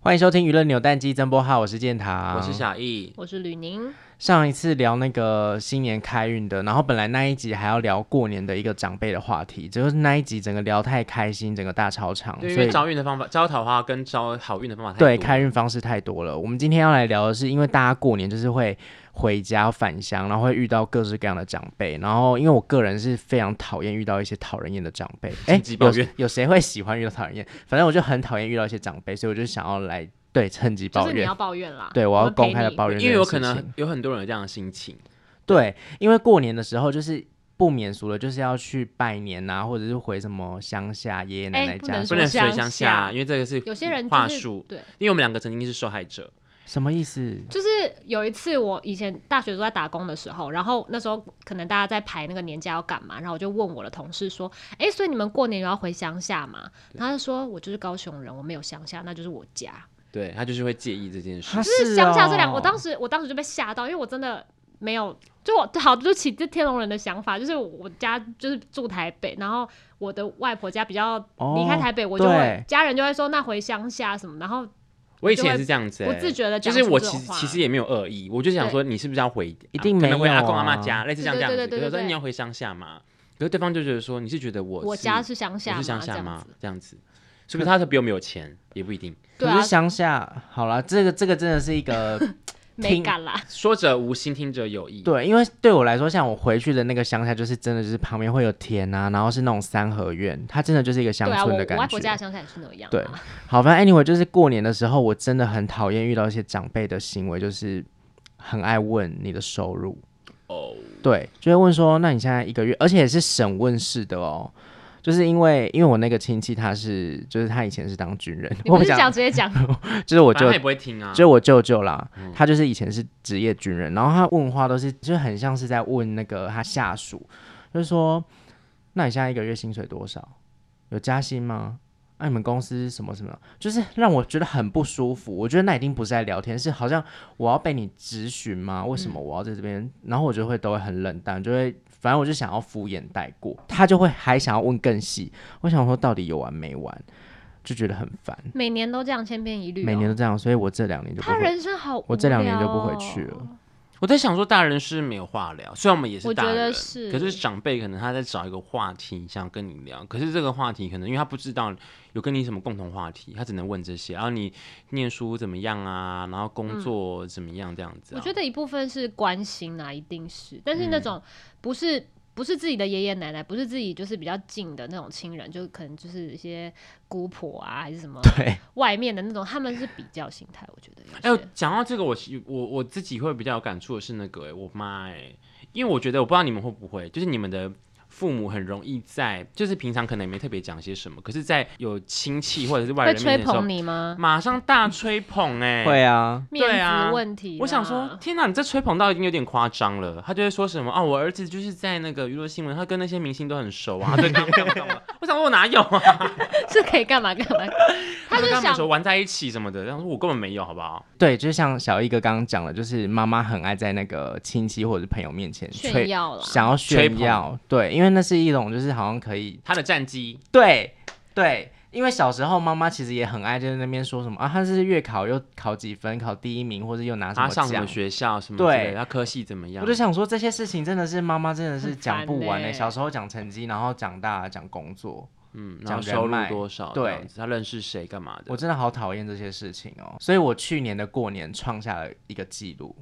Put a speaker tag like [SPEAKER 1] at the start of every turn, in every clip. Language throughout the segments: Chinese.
[SPEAKER 1] 欢迎收听娱乐扭蛋机曾波浩，我是建堂，
[SPEAKER 2] 我是小易，
[SPEAKER 3] 我是吕宁。
[SPEAKER 1] 上一次聊那个新年开运的，然后本来那一集还要聊过年的一个长辈的话题，结果那一集整个聊太开心，整个大超场，
[SPEAKER 2] 对，因
[SPEAKER 1] 所
[SPEAKER 2] 为
[SPEAKER 1] 以
[SPEAKER 2] 招运的方法，招桃花跟招好运的方法太
[SPEAKER 1] 对
[SPEAKER 2] 多
[SPEAKER 1] 开运方式太多了。我们今天要来聊的是，因为大家过年就是会回家返乡，然后会遇到各式各样的长辈，然后因为我个人是非常讨厌遇到一些讨人厌的长 辈，哎、
[SPEAKER 2] 级抱
[SPEAKER 1] 有
[SPEAKER 2] 怨
[SPEAKER 1] 有谁会喜欢遇到讨人厌？反正我就很讨厌遇到一些长辈，所以我就想要来对趁机
[SPEAKER 3] 就
[SPEAKER 1] 抱
[SPEAKER 3] 是你
[SPEAKER 1] 怨
[SPEAKER 3] 要。抱怨啦，
[SPEAKER 1] 对，我要
[SPEAKER 3] 们陪
[SPEAKER 1] 公开的
[SPEAKER 3] 你
[SPEAKER 1] 抱怨这件事情，
[SPEAKER 2] 因为有可能有很多人有这样的心情，
[SPEAKER 1] 对，因为过年的时候就是不免俗了，就是要去拜年呐、或者是回什么乡下爷爷奶
[SPEAKER 3] 哎
[SPEAKER 1] 奶
[SPEAKER 3] 不
[SPEAKER 1] 家
[SPEAKER 3] 能
[SPEAKER 1] 什
[SPEAKER 2] 不
[SPEAKER 1] 么。
[SPEAKER 2] 能
[SPEAKER 3] 说
[SPEAKER 2] 随
[SPEAKER 3] 乡
[SPEAKER 2] 乡
[SPEAKER 3] 下
[SPEAKER 2] 下，因为这个是
[SPEAKER 3] 有些人、就是、
[SPEAKER 2] 话术，
[SPEAKER 3] 对，
[SPEAKER 2] 因为我们两个曾经是受害者，
[SPEAKER 1] 什么意思？
[SPEAKER 3] 就是有一次我以前大学都在打工的时候，然后那时候可能大家在排那个年假要干嘛，然后我就问我的同事说：“哎、所以你们过年有要回乡下吗？”然后他就说：“我就是高雄人，我没有乡下，那就是我家。
[SPEAKER 2] 对他就是会介意这件事
[SPEAKER 1] 他。
[SPEAKER 3] 就是乡下这两，我当
[SPEAKER 1] 时
[SPEAKER 3] 时我当时就被吓到，因为我真的没有，就我好对不起，这天龙人的想法就是我家就是住台北，然后我的外婆家比较离开台北，我就
[SPEAKER 1] 哦对
[SPEAKER 3] 会家人就会说那回乡下什么，然后
[SPEAKER 2] 我以前也是这样子、欸，
[SPEAKER 3] 不自觉的
[SPEAKER 2] 就
[SPEAKER 3] 讲
[SPEAKER 2] 是
[SPEAKER 3] 出
[SPEAKER 2] 我
[SPEAKER 3] 这
[SPEAKER 2] 其
[SPEAKER 3] 种
[SPEAKER 2] 实
[SPEAKER 3] 话
[SPEAKER 2] 其实也没有恶意，我就想说你是不是要回，
[SPEAKER 1] 一定
[SPEAKER 2] 可
[SPEAKER 1] 没
[SPEAKER 2] 能回
[SPEAKER 1] 有
[SPEAKER 2] 阿公阿妈
[SPEAKER 1] 啊
[SPEAKER 2] 家，类似像这
[SPEAKER 3] 对
[SPEAKER 2] 样
[SPEAKER 3] 对
[SPEAKER 2] 子。
[SPEAKER 3] 对对
[SPEAKER 2] 比如说
[SPEAKER 3] 对
[SPEAKER 2] 你要回乡下嘛，可是对方就觉得说你是觉得我
[SPEAKER 3] 我
[SPEAKER 2] 是
[SPEAKER 3] 家是乡下
[SPEAKER 2] 我
[SPEAKER 3] 嘛，
[SPEAKER 2] 是乡
[SPEAKER 3] 这
[SPEAKER 2] 下
[SPEAKER 3] 样
[SPEAKER 2] 吗
[SPEAKER 3] 子，？
[SPEAKER 2] 这样子，是不是他是比我们有钱也不一定。
[SPEAKER 3] 对
[SPEAKER 1] 可
[SPEAKER 3] 啊
[SPEAKER 1] 是，乡下好了，这个这个真的是一个
[SPEAKER 3] 美感啦，
[SPEAKER 2] 说者无心，听者有意。
[SPEAKER 1] 对，因为对我来说，像我回去的那个乡下，就是真的就是旁边会有田啊，然后是那种三合院，它真的就是一个乡
[SPEAKER 3] 对啊，我
[SPEAKER 1] 村的
[SPEAKER 3] 我
[SPEAKER 1] 感
[SPEAKER 3] 外
[SPEAKER 1] 觉。
[SPEAKER 3] 婆家的乡下也是那样、啊，
[SPEAKER 1] 对好，反正 anyway 就是过年的时候，我真的很讨厌遇到一些长辈的行为，就是很爱问你的收入。
[SPEAKER 2] 哦，
[SPEAKER 1] 对，就会问说，那你现在一个月，而且也是审问式的哦，就是因为因为我那个亲戚他是，就是他以前是当军人，
[SPEAKER 3] 你不
[SPEAKER 1] 我
[SPEAKER 3] 是讲
[SPEAKER 1] 讲，
[SPEAKER 3] 直接讲，
[SPEAKER 1] 就是我
[SPEAKER 2] 反
[SPEAKER 1] 舅
[SPEAKER 2] 正他也，不会听啊
[SPEAKER 1] 就。是我舅舅啦，
[SPEAKER 3] 嗯
[SPEAKER 1] 他就是以前是职业军人，然后他问话都是，就是很像是在问那个他下属，就是说，那你现在一个月薪水多少？有加薪吗？那、你们公司什么什么，就是让我觉得很不舒服。我觉得那已经不是在聊天，是好像我要被你质询吗？为
[SPEAKER 3] 嗯
[SPEAKER 1] 什么我要在这边？然后我就会都会很冷淡，就会反正我就想要敷衍带过，他就会还想要问更细。我想说到底有完没完，就觉得很烦。
[SPEAKER 3] 每年都这样千篇一律、哦，
[SPEAKER 1] 每年都这样，所以我这两年就不
[SPEAKER 3] 他
[SPEAKER 1] 会。
[SPEAKER 3] 人生好、哦
[SPEAKER 1] 我这两年就不回去了。
[SPEAKER 2] 我在想说，大人是没有话聊，虽然我们也是
[SPEAKER 3] 我
[SPEAKER 2] 大
[SPEAKER 3] 觉
[SPEAKER 2] 人，
[SPEAKER 3] 得是
[SPEAKER 2] 可是长辈可能他在找一个话题想跟你聊，可是这个话题可能因为他不知道有跟你什么共同话题，他只能问这些。然后你念书怎么样啊？然后工作怎么样？这样子、啊嗯
[SPEAKER 3] 我觉得一部分是关心啊，一定是，但是那种不是、不是自己的爷爷奶奶，不是自己就是比较近的那种亲人，就可能就是一些姑婆啊，还 是什么
[SPEAKER 1] 对，
[SPEAKER 3] 外面的那种，他们是比较心态，我觉得
[SPEAKER 2] 哎、
[SPEAKER 3] 有
[SPEAKER 2] 我
[SPEAKER 3] 些。
[SPEAKER 2] 讲到这个，我其我我自己会比较有感触的是那个、哎，我妈哎、因为我觉得我不知道你们会不会，就是你们的父母很容易在，就是平常可能也没特别讲些什么，可是在有亲戚或者是外
[SPEAKER 3] 会
[SPEAKER 2] 人面
[SPEAKER 3] 吹
[SPEAKER 2] 前的时候
[SPEAKER 3] 捧，你吗？
[SPEAKER 2] 马上大吹捧哎、
[SPEAKER 1] 会啊，
[SPEAKER 3] 面
[SPEAKER 2] 对啊
[SPEAKER 3] 子问题啦、
[SPEAKER 2] 我想说，天哪，你这吹捧到已经有点夸张了。他就会说什么啊，我儿子就是在那个娱乐新闻，他跟那些明星都很熟 啊，对，干嘛干嘛干嘛。 我想说，我哪有啊？
[SPEAKER 3] 是可以干嘛干嘛，
[SPEAKER 2] 他
[SPEAKER 3] 他就
[SPEAKER 2] 跟他们
[SPEAKER 3] 想
[SPEAKER 2] 说玩在一起什么的，然后说我根本没有，好不好？
[SPEAKER 1] 对，就像小易哥刚刚讲的，就是妈妈很爱在那个亲戚或者是朋友面前吹，
[SPEAKER 3] 炫耀啦。
[SPEAKER 1] 想要
[SPEAKER 2] 吹
[SPEAKER 1] 炫
[SPEAKER 2] 捧
[SPEAKER 1] 耀，对，因为那是一种就是好像可以，
[SPEAKER 2] 他的战绩，
[SPEAKER 1] 对对，因为小时候妈妈其实也很爱在那边说什么啊，他是月考又考几分，考第一名，或者又拿什
[SPEAKER 2] 他
[SPEAKER 1] 么
[SPEAKER 2] 上什
[SPEAKER 1] 奖
[SPEAKER 2] 么。学校什么之类
[SPEAKER 1] 对
[SPEAKER 2] 的，他科系怎么样？
[SPEAKER 1] 我就想说，这些事情真的是妈妈真的是讲不完
[SPEAKER 3] 很
[SPEAKER 1] 呢、
[SPEAKER 3] 烦欸
[SPEAKER 1] 小时候讲成绩，然后长大讲工作，
[SPEAKER 2] 嗯，然
[SPEAKER 1] 讲
[SPEAKER 2] 后收
[SPEAKER 1] 人
[SPEAKER 2] 入
[SPEAKER 1] 脉
[SPEAKER 2] 多少？
[SPEAKER 1] 对
[SPEAKER 2] 这样子，他认识谁干嘛
[SPEAKER 1] 我
[SPEAKER 2] 的？
[SPEAKER 1] 真的好讨厌这些事情哦。所以我去年的过年创下了一个记录。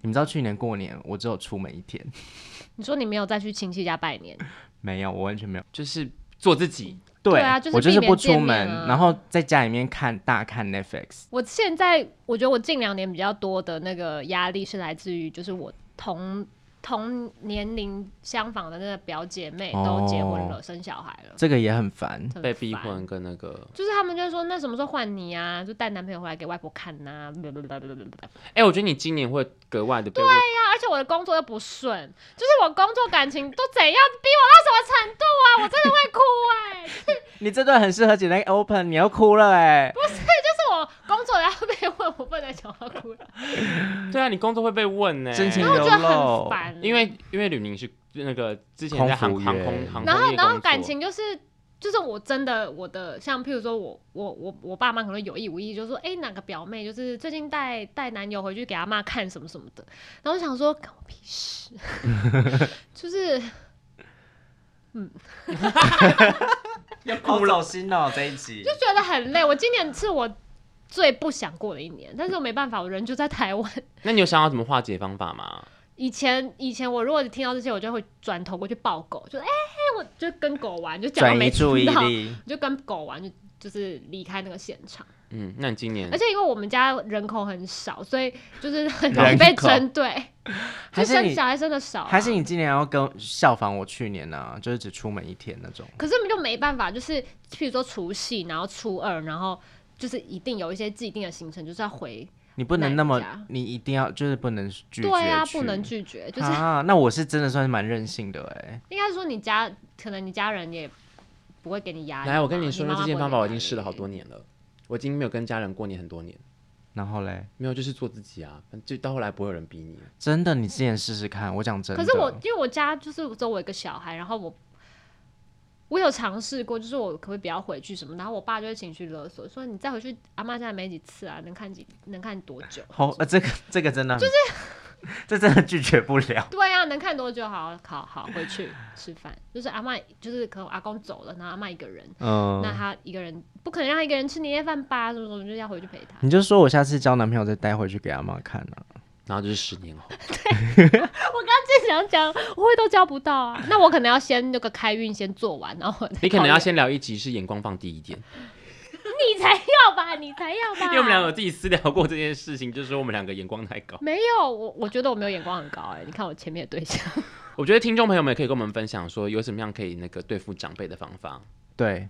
[SPEAKER 1] 你们知道去年过年我只有出门一天，
[SPEAKER 3] 你说你没有再去亲戚家拜年，
[SPEAKER 1] 没有，我完全没有。
[SPEAKER 2] 就是做自己，
[SPEAKER 3] 对啊就是
[SPEAKER 1] 我就
[SPEAKER 3] 避
[SPEAKER 1] 是
[SPEAKER 3] 免
[SPEAKER 1] 不出
[SPEAKER 3] 见
[SPEAKER 1] 门
[SPEAKER 3] 面，啊
[SPEAKER 1] 然后在家里面看大看 Netflix。
[SPEAKER 3] 我现在我觉得我近两年比较多的那个压力是来自于，就是我同同年龄相仿的那个表姐妹都结婚了，生小孩了，
[SPEAKER 1] 这个也很烦。
[SPEAKER 3] 很
[SPEAKER 2] 被逼
[SPEAKER 3] 烦。
[SPEAKER 2] 婚跟那个，
[SPEAKER 3] 就是他们就说，那什么时候换你啊？就带男朋友回来给外婆看呐、啊对呀、
[SPEAKER 2] 哎、我觉得你今年会格外的被问
[SPEAKER 3] 而且我的工作又不顺，就是我工作感情都怎样，逼我到什么程度啊？我真的会哭哎、
[SPEAKER 1] 你这段很适合简单 open，你要哭了 哎、
[SPEAKER 3] 就是我工作要被问，我不能想要哭了，
[SPEAKER 2] 对啊，你工作会被问呢、
[SPEAKER 1] 真情
[SPEAKER 3] 然后我觉得很
[SPEAKER 1] 流
[SPEAKER 3] 烦，
[SPEAKER 2] 因为因为吕宁是那个之前在航
[SPEAKER 1] 空服
[SPEAKER 2] 航
[SPEAKER 1] 员
[SPEAKER 2] 空航空
[SPEAKER 3] 然后
[SPEAKER 2] 业
[SPEAKER 3] 然后
[SPEAKER 2] 工
[SPEAKER 3] 感
[SPEAKER 2] 作
[SPEAKER 3] 情就是就是我真的我的像譬如说我我我我爸妈可能有意无意就说，哎、哪个表妹就是最近带带男友回去给阿妈看什么什么的，然后我想 说干我屁事，就是
[SPEAKER 1] 好走心哦，这一集
[SPEAKER 3] 就觉得很累。我今年是我最不想过的一年，但是我没办法，我人就在台湾。
[SPEAKER 2] 那你有想要怎么化解方法吗？
[SPEAKER 3] 以前 以前我如果听到这些，我就会转头过去抱狗，就哎、我就跟狗玩，就假装
[SPEAKER 1] 转移
[SPEAKER 3] 没
[SPEAKER 1] 注意
[SPEAKER 3] 听到，
[SPEAKER 1] 力。
[SPEAKER 3] 就跟狗玩，就就是离开那个现场。
[SPEAKER 2] 嗯，那你今年
[SPEAKER 3] 而且因为我们家人口很少，所以就是很
[SPEAKER 1] 人
[SPEAKER 3] 容易被
[SPEAKER 1] 口
[SPEAKER 3] 针对，
[SPEAKER 1] 还
[SPEAKER 3] 就是生
[SPEAKER 1] 你
[SPEAKER 3] 小孩生的少、啊，
[SPEAKER 1] 还是你今年要跟效仿我去年呢、啊，就是只出门一天那种。
[SPEAKER 3] 可是就没办法，就是譬如说除夕，然后初二，然后就是一定有一些既定的行程，就是要回。
[SPEAKER 1] 你不能那么
[SPEAKER 3] 哪一家，
[SPEAKER 1] 你一定要就是不能拒绝。
[SPEAKER 3] 对啊，不能。拒绝，就是
[SPEAKER 1] 啊，那我是真的算是蛮任性的哎、
[SPEAKER 3] 应该说你家可能你家人也不会给你压力嘛。
[SPEAKER 2] 来，我跟你说，
[SPEAKER 3] 妈
[SPEAKER 2] 说
[SPEAKER 3] 妈
[SPEAKER 2] 这件
[SPEAKER 3] 不会
[SPEAKER 2] 方法
[SPEAKER 3] 给
[SPEAKER 2] 我已经
[SPEAKER 3] 你压
[SPEAKER 2] 试了
[SPEAKER 3] 力
[SPEAKER 2] 好多年了，我已经没有跟家人过年很多年，
[SPEAKER 1] 然后嘞，
[SPEAKER 2] 没有就是做自己啊，就到后来不会有人逼你。
[SPEAKER 1] 真的，你之前试试看。我讲真的，
[SPEAKER 3] 可是我因为我家就是只有我一个小孩，然后我我有尝试过，就是我可不可以不要回去什么，然后我爸就会情绪勒索，说你再回去阿妈家没几次啊，能看几能看多久？
[SPEAKER 1] 好、呃，这个这个真的就是，这真的拒绝不了。
[SPEAKER 3] 对啊，能看多久？好好好，回去吃 饭。就是阿妈，就是可能我阿公走了，然后阿妈一个人，那
[SPEAKER 1] 嗯，
[SPEAKER 3] 她一个人不可能让她一个人吃年夜饭吧？什么什么，就是要回去陪她。
[SPEAKER 1] 你就说我下次交男朋友再带回去给阿妈看啊。
[SPEAKER 2] 然后就是十年 后，
[SPEAKER 3] 我刚刚正想讲，我会都交不 到啊，那我可能要先那个开运先做完，然后我再
[SPEAKER 2] 你可能要
[SPEAKER 3] 考虑，
[SPEAKER 2] 先聊一集是眼光放低一点，
[SPEAKER 3] 你才要吧，你才要吧，
[SPEAKER 2] 因为我们两个有自己私聊过这件事情，就是说我们两个眼光太高。
[SPEAKER 3] 没有，我我觉得我没有眼光很高哎、你看我前面的对象，
[SPEAKER 2] 我觉得听众朋友们也可以跟我们分享说有什么样可以那个对付长辈的方法，
[SPEAKER 1] 对，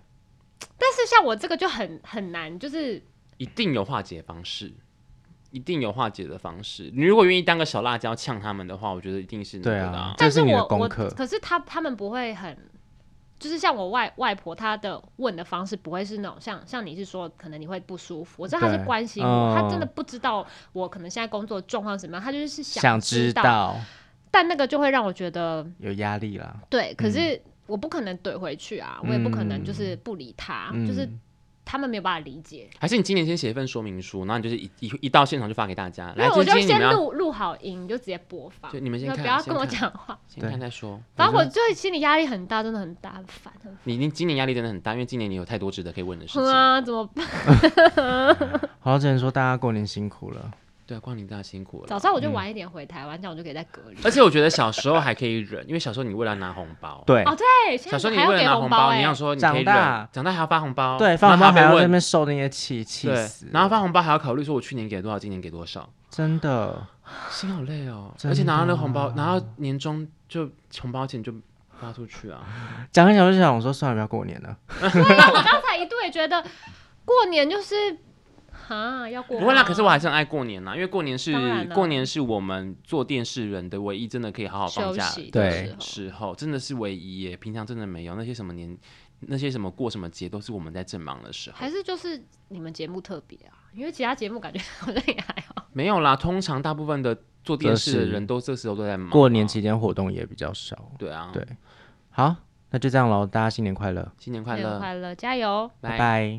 [SPEAKER 3] 但是像我这个就很很难，就是
[SPEAKER 2] 一定有化解方式，一定有化解的方式。你如果愿意当个小辣椒呛他们的话，我觉得一定是那个
[SPEAKER 1] 对啊
[SPEAKER 2] 的啊
[SPEAKER 1] 这
[SPEAKER 3] 但
[SPEAKER 1] 是你的
[SPEAKER 3] 我
[SPEAKER 1] 功
[SPEAKER 3] 我
[SPEAKER 1] 课
[SPEAKER 3] 可是他他们不会很，就是像我外外婆她的问的方式不会是那种像像你是说可能你会不舒服，我知道她是
[SPEAKER 1] 对
[SPEAKER 3] 关心
[SPEAKER 1] 嗯
[SPEAKER 3] 我，她真的不知道我可能现在工作状况是怎么样，她就是
[SPEAKER 1] 想
[SPEAKER 3] 知
[SPEAKER 1] 知，道
[SPEAKER 3] 但那个就会让我觉得
[SPEAKER 1] 有压力啦。
[SPEAKER 3] 对，可
[SPEAKER 1] 嗯
[SPEAKER 3] 是我不可能怼回去啊，我也不可能就是不理他，就是
[SPEAKER 1] 嗯
[SPEAKER 3] 他们没有办法理解。
[SPEAKER 2] 还是你今年先写一份说明书，然后你就是一一一到现场就发给大家。来，
[SPEAKER 3] 那我
[SPEAKER 2] 就
[SPEAKER 3] 就是
[SPEAKER 2] 今天
[SPEAKER 3] 先
[SPEAKER 2] 你们要
[SPEAKER 3] 录录好音，就直接播放。
[SPEAKER 2] 就你们先
[SPEAKER 3] 就
[SPEAKER 2] 看
[SPEAKER 3] 不要
[SPEAKER 2] 先
[SPEAKER 3] 跟我
[SPEAKER 2] 看
[SPEAKER 3] 讲话。
[SPEAKER 2] 先看再说。
[SPEAKER 3] 反正我就心理压力很大，真的很大，很烦，很
[SPEAKER 2] 你你今年压力真的很大，因为今年你有太多值得可以问的事
[SPEAKER 3] 哼
[SPEAKER 2] 情。
[SPEAKER 3] 啊，怎么办？
[SPEAKER 1] 好，只能说大家过年辛苦了。
[SPEAKER 2] 对啊，光临大家辛苦了。
[SPEAKER 3] 早知道我就晚一点回台湾，这样我就可以在隔离。
[SPEAKER 2] 而且我觉得小时候还可以忍，因为小时候你为了拿红包，
[SPEAKER 1] 对、
[SPEAKER 3] 哦，对，
[SPEAKER 2] 小时候
[SPEAKER 3] 现
[SPEAKER 2] 你
[SPEAKER 3] 在还
[SPEAKER 2] 为
[SPEAKER 3] 要
[SPEAKER 2] 了
[SPEAKER 3] 给
[SPEAKER 2] 拿
[SPEAKER 3] 红
[SPEAKER 2] 包，
[SPEAKER 3] 哎
[SPEAKER 2] 你要说你可以
[SPEAKER 1] 长
[SPEAKER 2] 忍，
[SPEAKER 1] 大
[SPEAKER 2] 长大还要发红包，
[SPEAKER 1] 对，放
[SPEAKER 2] 然后
[SPEAKER 1] 完还要在
[SPEAKER 2] 被
[SPEAKER 1] 那
[SPEAKER 2] 问，
[SPEAKER 1] 边受那些气，气
[SPEAKER 2] 对
[SPEAKER 1] 死，。
[SPEAKER 2] 然后发红包还要考虑说我去年给了多少，今年给多少，
[SPEAKER 1] 真的，
[SPEAKER 2] 心好累哦。
[SPEAKER 1] 真的
[SPEAKER 2] 而且拿到那个红包，拿到年终就红包钱就发出去啊，
[SPEAKER 1] 讲一讲就想我说算了，不要过年了。
[SPEAKER 3] 啊我刚才一度也觉得过年就是啊要过吗，
[SPEAKER 2] 不会啦。可是我还是很爱过年啊呐，因为过年是
[SPEAKER 3] 当然啦
[SPEAKER 2] 过年是我们做电视人的唯一真的可以好好放
[SPEAKER 3] 休
[SPEAKER 2] 假
[SPEAKER 3] 息
[SPEAKER 1] 对
[SPEAKER 3] 的时候
[SPEAKER 2] 时候，真的是唯一耶。平常真的没有那些什么年，那些什么过什么节，都是我们在正忙的时候。
[SPEAKER 3] 还是就是你们节目特别啊，因为其他节目感觉 好像也还好。
[SPEAKER 2] 没有啦，通常大部分的做电视的
[SPEAKER 1] 这是
[SPEAKER 2] 人都这时候都在忙、啊
[SPEAKER 1] 过年，期间活动也比较少。
[SPEAKER 2] 对啊，
[SPEAKER 1] 对好，那就这样喽，大家新年快乐，
[SPEAKER 2] 新年快
[SPEAKER 3] 新年
[SPEAKER 2] 乐，
[SPEAKER 3] 快乐，加油！
[SPEAKER 1] 拜拜